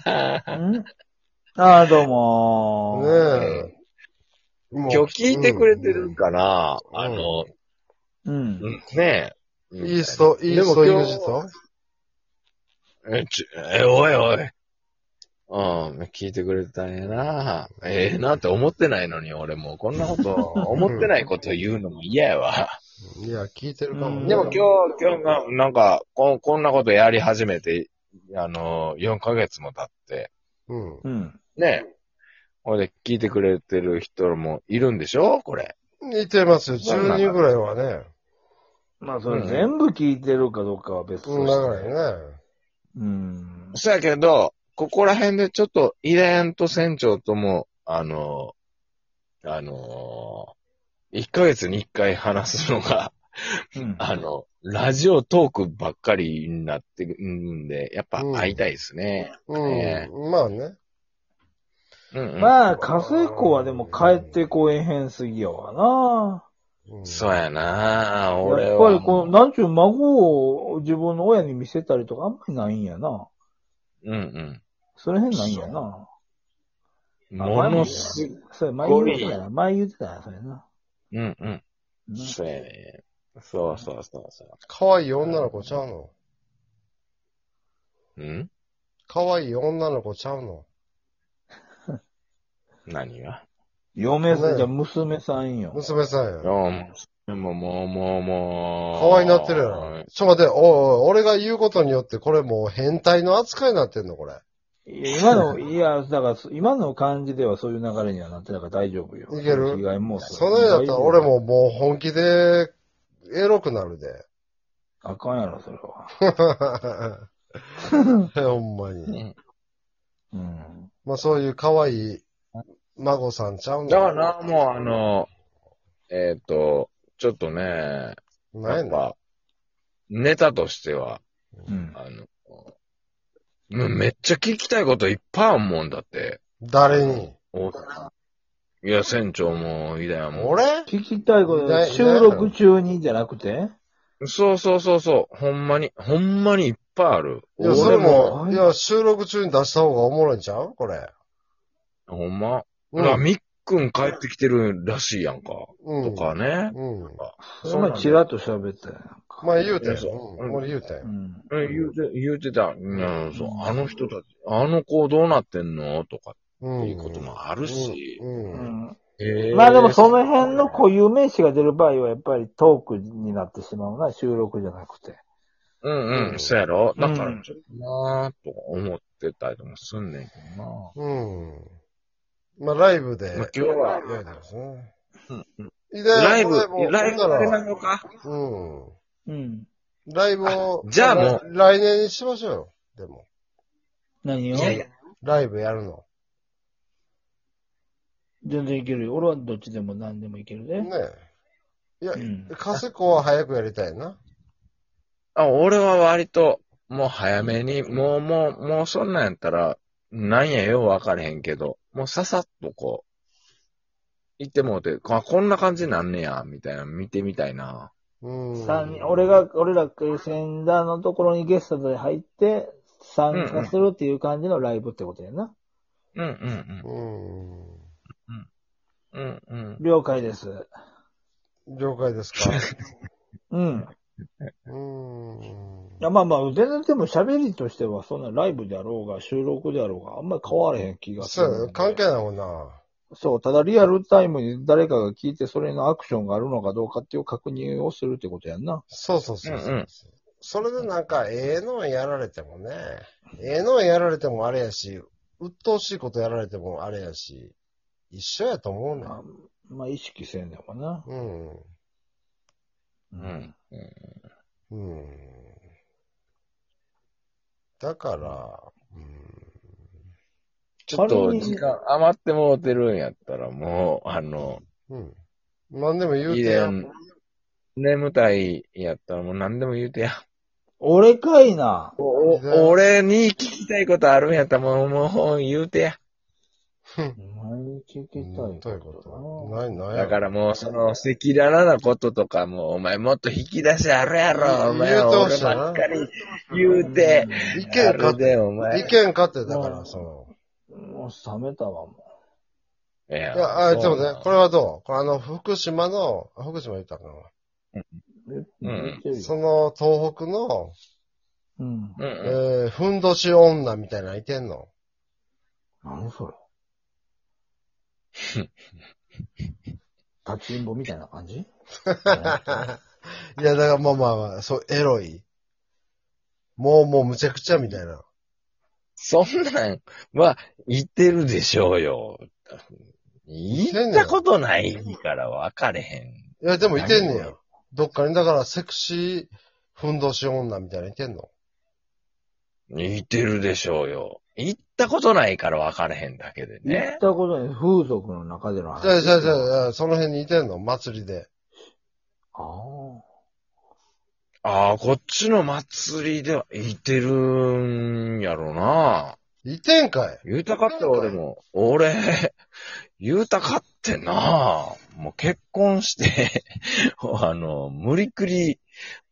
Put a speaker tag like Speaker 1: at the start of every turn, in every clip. Speaker 1: んああ、どうもー。
Speaker 2: ねえ。もう
Speaker 3: 今日聞いてくれてるかな、
Speaker 2: うん
Speaker 3: あの、
Speaker 1: うん。
Speaker 3: ねえ。
Speaker 2: うんイースト、イースト、イ
Speaker 3: でも
Speaker 2: グ
Speaker 3: 今日
Speaker 2: ジット
Speaker 3: え、ちえ、おいおい。うん、聞いてくれたんやな。ええなって思ってないのに、俺もうこんなこと、思ってないこと言うのも嫌やわ。
Speaker 2: いや、聞いてるか
Speaker 1: う
Speaker 2: も。
Speaker 1: ん
Speaker 3: でも今日、今日が、なんか、こんこんなことやり始めて、あの、4ヶ月も経って、
Speaker 2: うん。
Speaker 1: うん。
Speaker 3: ねえ。ほいで、聞いてくれてる人もいるんでしょこれ。
Speaker 2: 似てますよ。12ぐらいはね。
Speaker 1: まあ、それ
Speaker 3: うん
Speaker 1: 全部聞いてるかどうかは別と
Speaker 2: うん、
Speaker 1: し
Speaker 2: だ
Speaker 1: て
Speaker 2: か。らね。
Speaker 1: うん。
Speaker 3: そやけど、ここら辺でちょっと、イレンと船長とも、あの、あの、1ヶ月に1回話すのが、
Speaker 1: うん
Speaker 3: あの、ラジオトークばっかりになってるんで、やっぱ
Speaker 2: うん
Speaker 3: 会いたいですね。
Speaker 2: うん。
Speaker 3: え
Speaker 2: まあね。
Speaker 3: うん、うん。
Speaker 1: まあ、加瀬子はでも帰ってこえへんすぎやわな。
Speaker 2: うん
Speaker 3: そうやな俺は。
Speaker 1: やっぱりこう、なんちゅう孫を自分の親に見せたりとかあんまりないんやな。
Speaker 3: うんうん。
Speaker 1: それへんないんやな。
Speaker 3: ものす
Speaker 1: それ前言うてたな。前言うてたな、それな。
Speaker 3: うんうん。
Speaker 1: うん
Speaker 3: そうやねそうそうそうそ
Speaker 2: 可愛い女の子ちゃうの。
Speaker 3: う。うん
Speaker 2: 可愛い女の子ちゃうの。
Speaker 3: 何が
Speaker 1: 嫁さん、じゃあ娘さんよ。
Speaker 2: 娘さんや。
Speaker 3: どうも。もう、もう、もう、もう。
Speaker 2: 可愛いなってるやろ。ちょ、待って、おいおい、俺が言うことによって、これもう変態の扱いになってんの、これ。
Speaker 1: いや、今の、いや、だから、今の感じではそういう流れにはなってたから大丈夫よ。
Speaker 2: いける
Speaker 1: 被害も
Speaker 2: その絵だったら、俺。ももう本気で、エロくなるで。
Speaker 1: あかんやろ、それは。
Speaker 2: ほんまに。
Speaker 1: うん。
Speaker 2: まあ、そういう可愛い孫さんちゃうの。
Speaker 3: だからな、もうあの、えっ、と、ちょっとね、
Speaker 2: なん
Speaker 3: なん
Speaker 2: やねん、
Speaker 3: か、ネタとしては、
Speaker 1: うん。
Speaker 3: あの、もうめっちゃ聞きたいこといっぱいあんもんだって。
Speaker 2: 誰に
Speaker 3: おいや、船長も、いだやも
Speaker 2: 俺
Speaker 1: 聞きたいこと、
Speaker 2: ない
Speaker 1: 収録中にじゃなくて
Speaker 3: う。そうそうそうそう。ほんまに、ほんまにいっぱいある。
Speaker 2: いや、それ
Speaker 3: 俺も、
Speaker 2: も、いや、収録中に出した方がおもろいんちゃうこれ。
Speaker 3: ほんま。
Speaker 2: う
Speaker 3: いや
Speaker 2: ん。
Speaker 3: みっくん帰ってきてるらしいやんか。
Speaker 2: う
Speaker 3: と
Speaker 2: ん。
Speaker 3: かね。
Speaker 2: うん。
Speaker 1: それまでチラッと喋ってたやんか。
Speaker 2: まあ、言うて
Speaker 3: いや
Speaker 2: よ
Speaker 3: そ。う
Speaker 2: うん俺言うてよ
Speaker 1: う。ん。
Speaker 3: え言うて、言うてた。うん、そう。あの人たち、あの子どうなってんのとか
Speaker 2: う
Speaker 3: って
Speaker 2: ん。
Speaker 3: いうこともあるし。
Speaker 2: うん。
Speaker 1: う
Speaker 2: うん
Speaker 1: ん
Speaker 3: へー
Speaker 1: まあでもその辺の固有名詞が出る場合はやっぱりトークになってしまうな、収録じゃなくて。
Speaker 3: うん
Speaker 2: う
Speaker 3: うんん、そうやろ。だか
Speaker 1: う
Speaker 3: ら
Speaker 1: ん、
Speaker 3: ちょっとなぁ、と思ってたりともすんねんけどな
Speaker 2: うん。まあ、ライブで。
Speaker 3: まあ今日は
Speaker 2: やりたいですね。
Speaker 3: うん
Speaker 2: いや
Speaker 3: ライブ、
Speaker 2: これもう
Speaker 3: ライブ
Speaker 2: ほんなら
Speaker 3: なのか。
Speaker 2: うん。
Speaker 1: うん。
Speaker 2: ライブを。
Speaker 3: じゃあも
Speaker 2: う。来年にしましょうよ。でも。
Speaker 1: 何を
Speaker 3: いやいや
Speaker 2: ライブやるの。
Speaker 1: 全然いけるよ。俺はどっちでも何でもいけるで
Speaker 2: ね。え。いや
Speaker 1: う、ん。
Speaker 2: カセコは早くやりたいな。
Speaker 3: あ、俺は割と、もう早めに、もうもう、もうそんなんやったら、なんやよう分かれへんけど、もうささっとこう、行ってもうて、あ、こんな感じなんねや、みたいな、見てみたいな。
Speaker 2: うん。
Speaker 1: 三人、俺が、俺ら、センダーのところにゲストで入って、参加するっていう感じのライブってことやな。
Speaker 3: うんうん
Speaker 2: うん。
Speaker 3: うん。うんうん。
Speaker 1: 了解です。
Speaker 2: 了解で すか。
Speaker 1: うん。
Speaker 2: うん。
Speaker 1: いや、まあまあ、全然でも喋りとしては、そんなライブであろうが、収録であろうが、あんまり変わらへん気がす
Speaker 2: そうや
Speaker 1: る
Speaker 2: な。関係ないもんな。
Speaker 1: そう、ただリアルタイムに誰かが聞いて、それのアクションがあるのかどうかっていう確認をするってことやんな。
Speaker 2: そうそうそうそう。
Speaker 3: うんうん
Speaker 2: それでなんか、ええのやられてもね、ええのやられてもあれやし、鬱陶しいことやられてもあれやし、一緒やと思うね
Speaker 1: まあ、まあ、意識せんでもな。
Speaker 2: ん。
Speaker 1: う
Speaker 3: うん。
Speaker 2: うん。うん。だから、うん。
Speaker 3: ちょっと
Speaker 1: 仮に
Speaker 3: 時間余ってもうてるんやったら、もう、あの、
Speaker 2: うん。何でも言うて
Speaker 3: 以
Speaker 2: や。
Speaker 3: 前、眠たいやったらもう何でも言うてや。
Speaker 1: 俺かいな。
Speaker 3: おお俺に聞きたいことあるんやったらもう、もう言うてや。
Speaker 1: お前身内受けたい
Speaker 2: うんどういうことな何や
Speaker 3: だからもう、その、赤裸々なこととかも、お前もっと引き出しあるやろ、お前
Speaker 2: 言うてほ
Speaker 3: 俺
Speaker 2: しいな
Speaker 3: ばっかり言うて、
Speaker 2: 意
Speaker 3: あ
Speaker 2: 見
Speaker 3: れ
Speaker 2: 勝手。
Speaker 3: で、お
Speaker 2: 意
Speaker 3: 前。
Speaker 2: 見勝手だか
Speaker 1: うん
Speaker 2: ら、その。
Speaker 1: なもう冷めたわ、も
Speaker 3: いや
Speaker 2: いや、あ、ちょっと
Speaker 3: そう
Speaker 2: 待って、これはどうこれあの、福島の、あ福島言ったか
Speaker 1: う。え
Speaker 3: うん
Speaker 1: 言って
Speaker 2: な
Speaker 1: る
Speaker 2: そ
Speaker 1: よ
Speaker 2: の、東北の、
Speaker 1: うん。
Speaker 3: うんうん
Speaker 2: えー、ふんどし女みたいなのいてんの
Speaker 1: 何それ。立ちんぼみたいな感 じ
Speaker 2: いや、だからまあまあまあ、そう、エロい。もうもうむちゃくちゃみたいな。
Speaker 3: そんなんは、言ってるでしょうよ。言ったことないから分かれへん。
Speaker 2: いや、でもいてんね
Speaker 1: 何
Speaker 2: や
Speaker 1: よ。
Speaker 2: どっかに、だからセクシー、ふんどし女みたいなのいてんの
Speaker 3: 言ってるでしょうよ。言ったことないから分かれへんだけで
Speaker 1: 言っ
Speaker 3: ね。
Speaker 1: たことない。風俗の中での話。
Speaker 2: じゃじゃじゃその辺にいてんの祭りで。
Speaker 1: ああ。
Speaker 3: ああ、こっちの祭りでは言ってるんやろな。
Speaker 2: いてんかい
Speaker 3: 言うたかって俺も、俺、 言うたかってな。もう結婚して、 あの、無理くり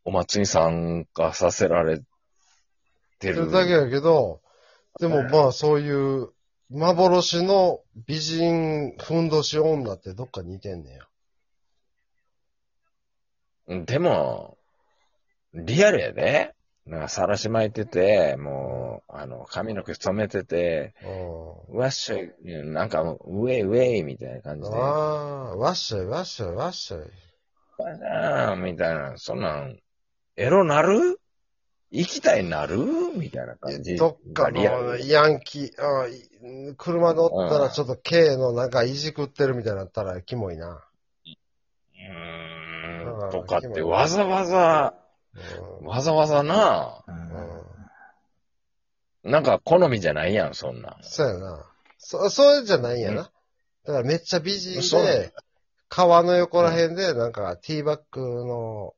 Speaker 3: お祭りに参加させられて
Speaker 2: それ
Speaker 3: る。
Speaker 2: だけやけど、でもまあそういう、幻の美人ふんどし女ってどっかにいてんねや。
Speaker 3: でも、リアルやで。なんか、さらし巻いてて、もう、あの、髪の毛染めてて、
Speaker 2: う
Speaker 3: わっしょい、なんかもう、ウェイウェイみたいな感
Speaker 2: ん。
Speaker 3: じで、わ
Speaker 2: ああー、わっしょいわっしょいわっしょい。
Speaker 3: あみたいな、そんなん、エロなる行きたいなるみたいな感じ。
Speaker 2: どっか
Speaker 3: リアル
Speaker 2: のヤンキー、あい車乗ったらちょっと K のなんかいじくってるみたいになったらキモいな。
Speaker 3: う
Speaker 2: う
Speaker 3: ー
Speaker 2: ん
Speaker 3: ん、とかって、わざわざ、
Speaker 2: うん
Speaker 3: わざわざな、
Speaker 2: うん
Speaker 3: なんか好みじゃないやん、そんなん。
Speaker 2: そうやな。そ、そうじゃないんや
Speaker 3: うん
Speaker 2: な。だからめっちゃ美人
Speaker 3: そうなん
Speaker 2: で、川の横ら辺でなんかティーバッグの、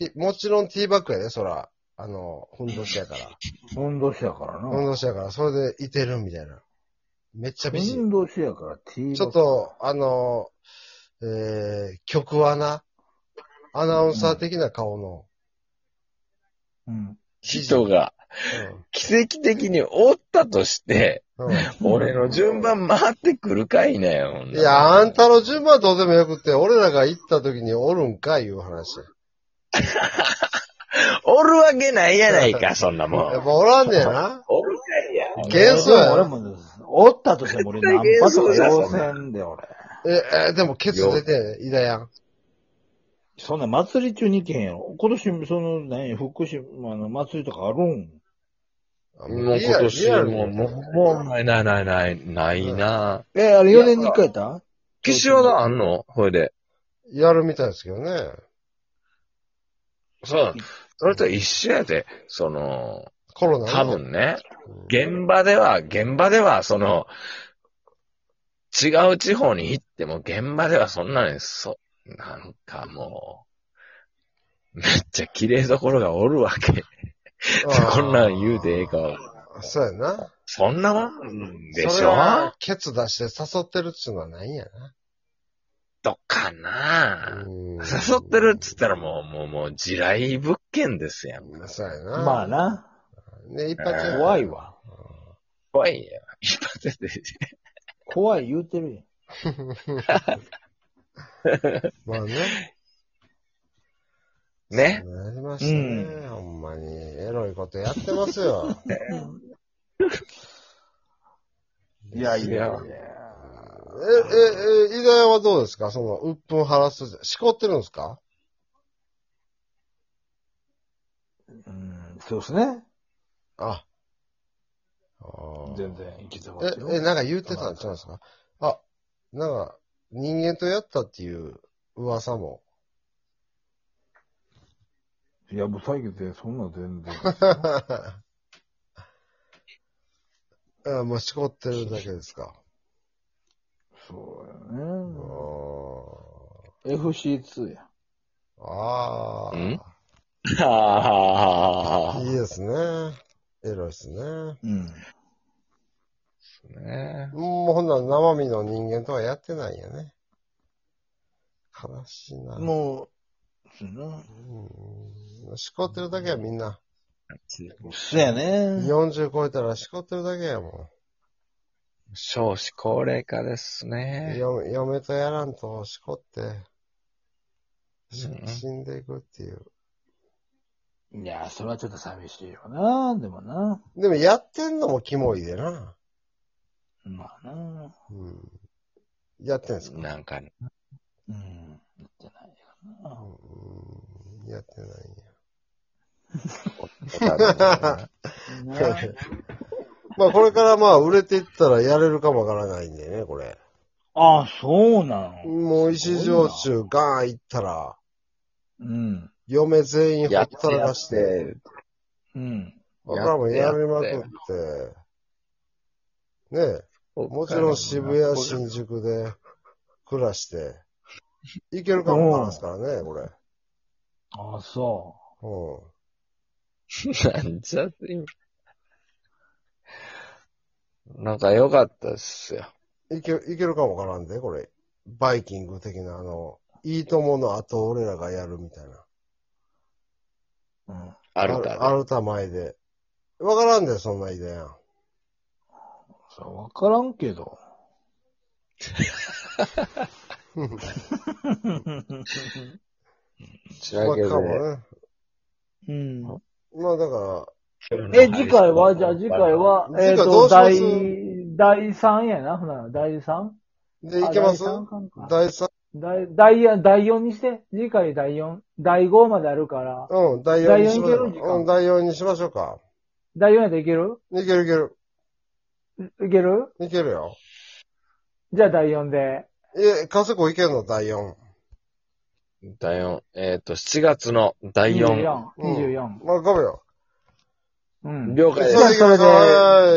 Speaker 2: ティもちろんティーバッグやで、そら。あの、ふんどしやから。
Speaker 1: ふんどしやから
Speaker 2: ふん
Speaker 1: な。
Speaker 2: どしやから、それでいてるみたいな。めっちゃ美
Speaker 1: ふ
Speaker 2: 人。
Speaker 1: んどしやから T
Speaker 2: ちょっと、あの、えー、曲穴アナウンサー的な顔の。
Speaker 1: うん。
Speaker 3: 人が、奇跡的におったとして、
Speaker 2: うんうん
Speaker 3: 俺の順番回ってくるかいねん、ほん
Speaker 2: い
Speaker 3: なら
Speaker 2: や、あんたの順番はどうでもよくって、俺らが行った時におるんかいう話。
Speaker 3: おるわけないやないか、そんなも
Speaker 2: やっ
Speaker 3: ん。
Speaker 2: ぱおらんねやな。
Speaker 3: おるかいや。
Speaker 2: 幻想やな
Speaker 1: でも俺も、おったとしても俺ナンパとか要せんで、俺。
Speaker 2: え、え、でもケツ出て、イダヤン。
Speaker 1: そんな祭り中に行けへんやろ。今年、その、何、福島の祭りとかあるん
Speaker 3: もう今年、もう、もう、もう、ないないないない、ないな。
Speaker 1: え、あれ4年に1回やった
Speaker 3: 岸和田あんのほいで。
Speaker 2: う。やるみたいですけどね。
Speaker 3: そう。それと一緒やで、その、
Speaker 2: コロナね
Speaker 3: 多。分ね、
Speaker 2: うん
Speaker 3: 現場では、現場では、その、違う地方に行っても、現場ではそんなに、そ、なんかもう、めっちゃ綺麗どころがおるわけ。こんなん言うてええかわからん。
Speaker 2: そうやな。
Speaker 3: そんなもんで
Speaker 2: そ
Speaker 3: し
Speaker 2: れ
Speaker 3: ょ
Speaker 2: はケツ出して誘ってるっちゅうのはないんや
Speaker 3: とか
Speaker 2: な。
Speaker 3: な
Speaker 2: うん
Speaker 3: 誘ってるっつったらもう、もう、もう、地雷物件ですやん。
Speaker 2: そうやな。
Speaker 1: まあ。な。
Speaker 2: ね、一発や
Speaker 1: 怖い。わ。
Speaker 3: 怖いやん。一発で。
Speaker 1: 怖い言うてるやん。
Speaker 2: まあね。
Speaker 3: ね。
Speaker 2: なりましたね。ほんまに。エロいことやってますよ。
Speaker 1: いやいや。
Speaker 3: い
Speaker 2: え、え、え、イダヤはどうですかその、鬱憤晴らすじゃ、しこってるんですか
Speaker 1: うん、そうですね。
Speaker 2: あ。あー
Speaker 1: 全然生きてますよ。
Speaker 2: え、え、なんか言ってたんちゃうんですかあ、なんか、人間とやったっていう噂も。
Speaker 1: いや、もう詐欺でそんな全 然。
Speaker 2: あもうしこってるだけですか。
Speaker 1: そう
Speaker 2: あ
Speaker 1: や
Speaker 2: ー
Speaker 1: ね。FC2 や。
Speaker 2: あー。
Speaker 3: ああ
Speaker 2: いいですね。エロいですね。
Speaker 1: うん。
Speaker 3: ですね。
Speaker 2: もうほんなら生身の人間とはやってないんやね。悲しいな。う
Speaker 1: もう、そうやな。
Speaker 2: ん。しこってるだけやみんな。
Speaker 1: そうやね。
Speaker 2: 40超えたらしこってるだけやも
Speaker 3: 少子高齢化です
Speaker 2: ん。
Speaker 3: ね。
Speaker 2: よ嫁とやらんとしこって、し
Speaker 3: うんうん
Speaker 2: 死んでいくっていう。
Speaker 1: いや、それはちょっと寂しいよな。でもな。
Speaker 2: でもやってんのもキモいでな。
Speaker 1: まあな。
Speaker 2: うん。やってんすか
Speaker 3: なんかね、
Speaker 1: うん。言ってないよな。
Speaker 2: うん。やってないんや。 まあこれからまあ売れていったらやれるかもわからないんでね、これ。
Speaker 1: あ、そうなの。
Speaker 2: もう石焼酎ガーン行ったら、
Speaker 1: うん。
Speaker 2: 嫁全員ほ
Speaker 3: や
Speaker 2: っ
Speaker 3: ったて
Speaker 2: ら
Speaker 3: や
Speaker 2: か
Speaker 3: っ
Speaker 2: して、
Speaker 3: て、
Speaker 1: うん。
Speaker 2: 僕らもやりまくって
Speaker 3: やっ、
Speaker 2: ねえ、もちろん渋谷、新宿で暮らして、いけるかもわからんすからね、これ。
Speaker 1: あ、そ
Speaker 2: うん。
Speaker 3: なんちゃって今。なんか良かったっすよ。
Speaker 2: いけ、いけるかもわからんで、これ。バイキング的な、あの、いいともの後俺らがやるみたいな。
Speaker 1: う。うん。
Speaker 3: アルタ
Speaker 2: アルタ前で。わからんで、そんなidea やん。
Speaker 1: そう、わからんけど。
Speaker 3: で。知らんけ
Speaker 2: まあか
Speaker 3: どね
Speaker 2: もね。
Speaker 1: うん。
Speaker 2: まあだか
Speaker 1: え、次回は、じゃあ次回は、
Speaker 2: 次
Speaker 1: え
Speaker 2: 回
Speaker 1: っ、
Speaker 2: ど
Speaker 1: と、
Speaker 2: うしま
Speaker 1: 第
Speaker 2: す、
Speaker 1: 第3やな、ほな、第 3?
Speaker 2: ら、で、いけます
Speaker 1: あ第3か
Speaker 2: 第3、
Speaker 1: 第、第4、第4にして。次回第4。第5まであるから。
Speaker 2: うん、第4にしましょ
Speaker 1: 第四いける時間
Speaker 2: う。うん、第4にしましょうか。
Speaker 1: 第4やったらいける
Speaker 2: いけるいける。
Speaker 1: いける
Speaker 2: いけるよ。
Speaker 1: じゃあ第4で。
Speaker 2: え、かせこいけるの第4。
Speaker 3: 第4、えっ、と、7月の第4。
Speaker 1: 24。24。
Speaker 2: まあ、5秒。
Speaker 1: うん。
Speaker 3: 了解
Speaker 2: それ
Speaker 3: です
Speaker 2: で行きましょう。はい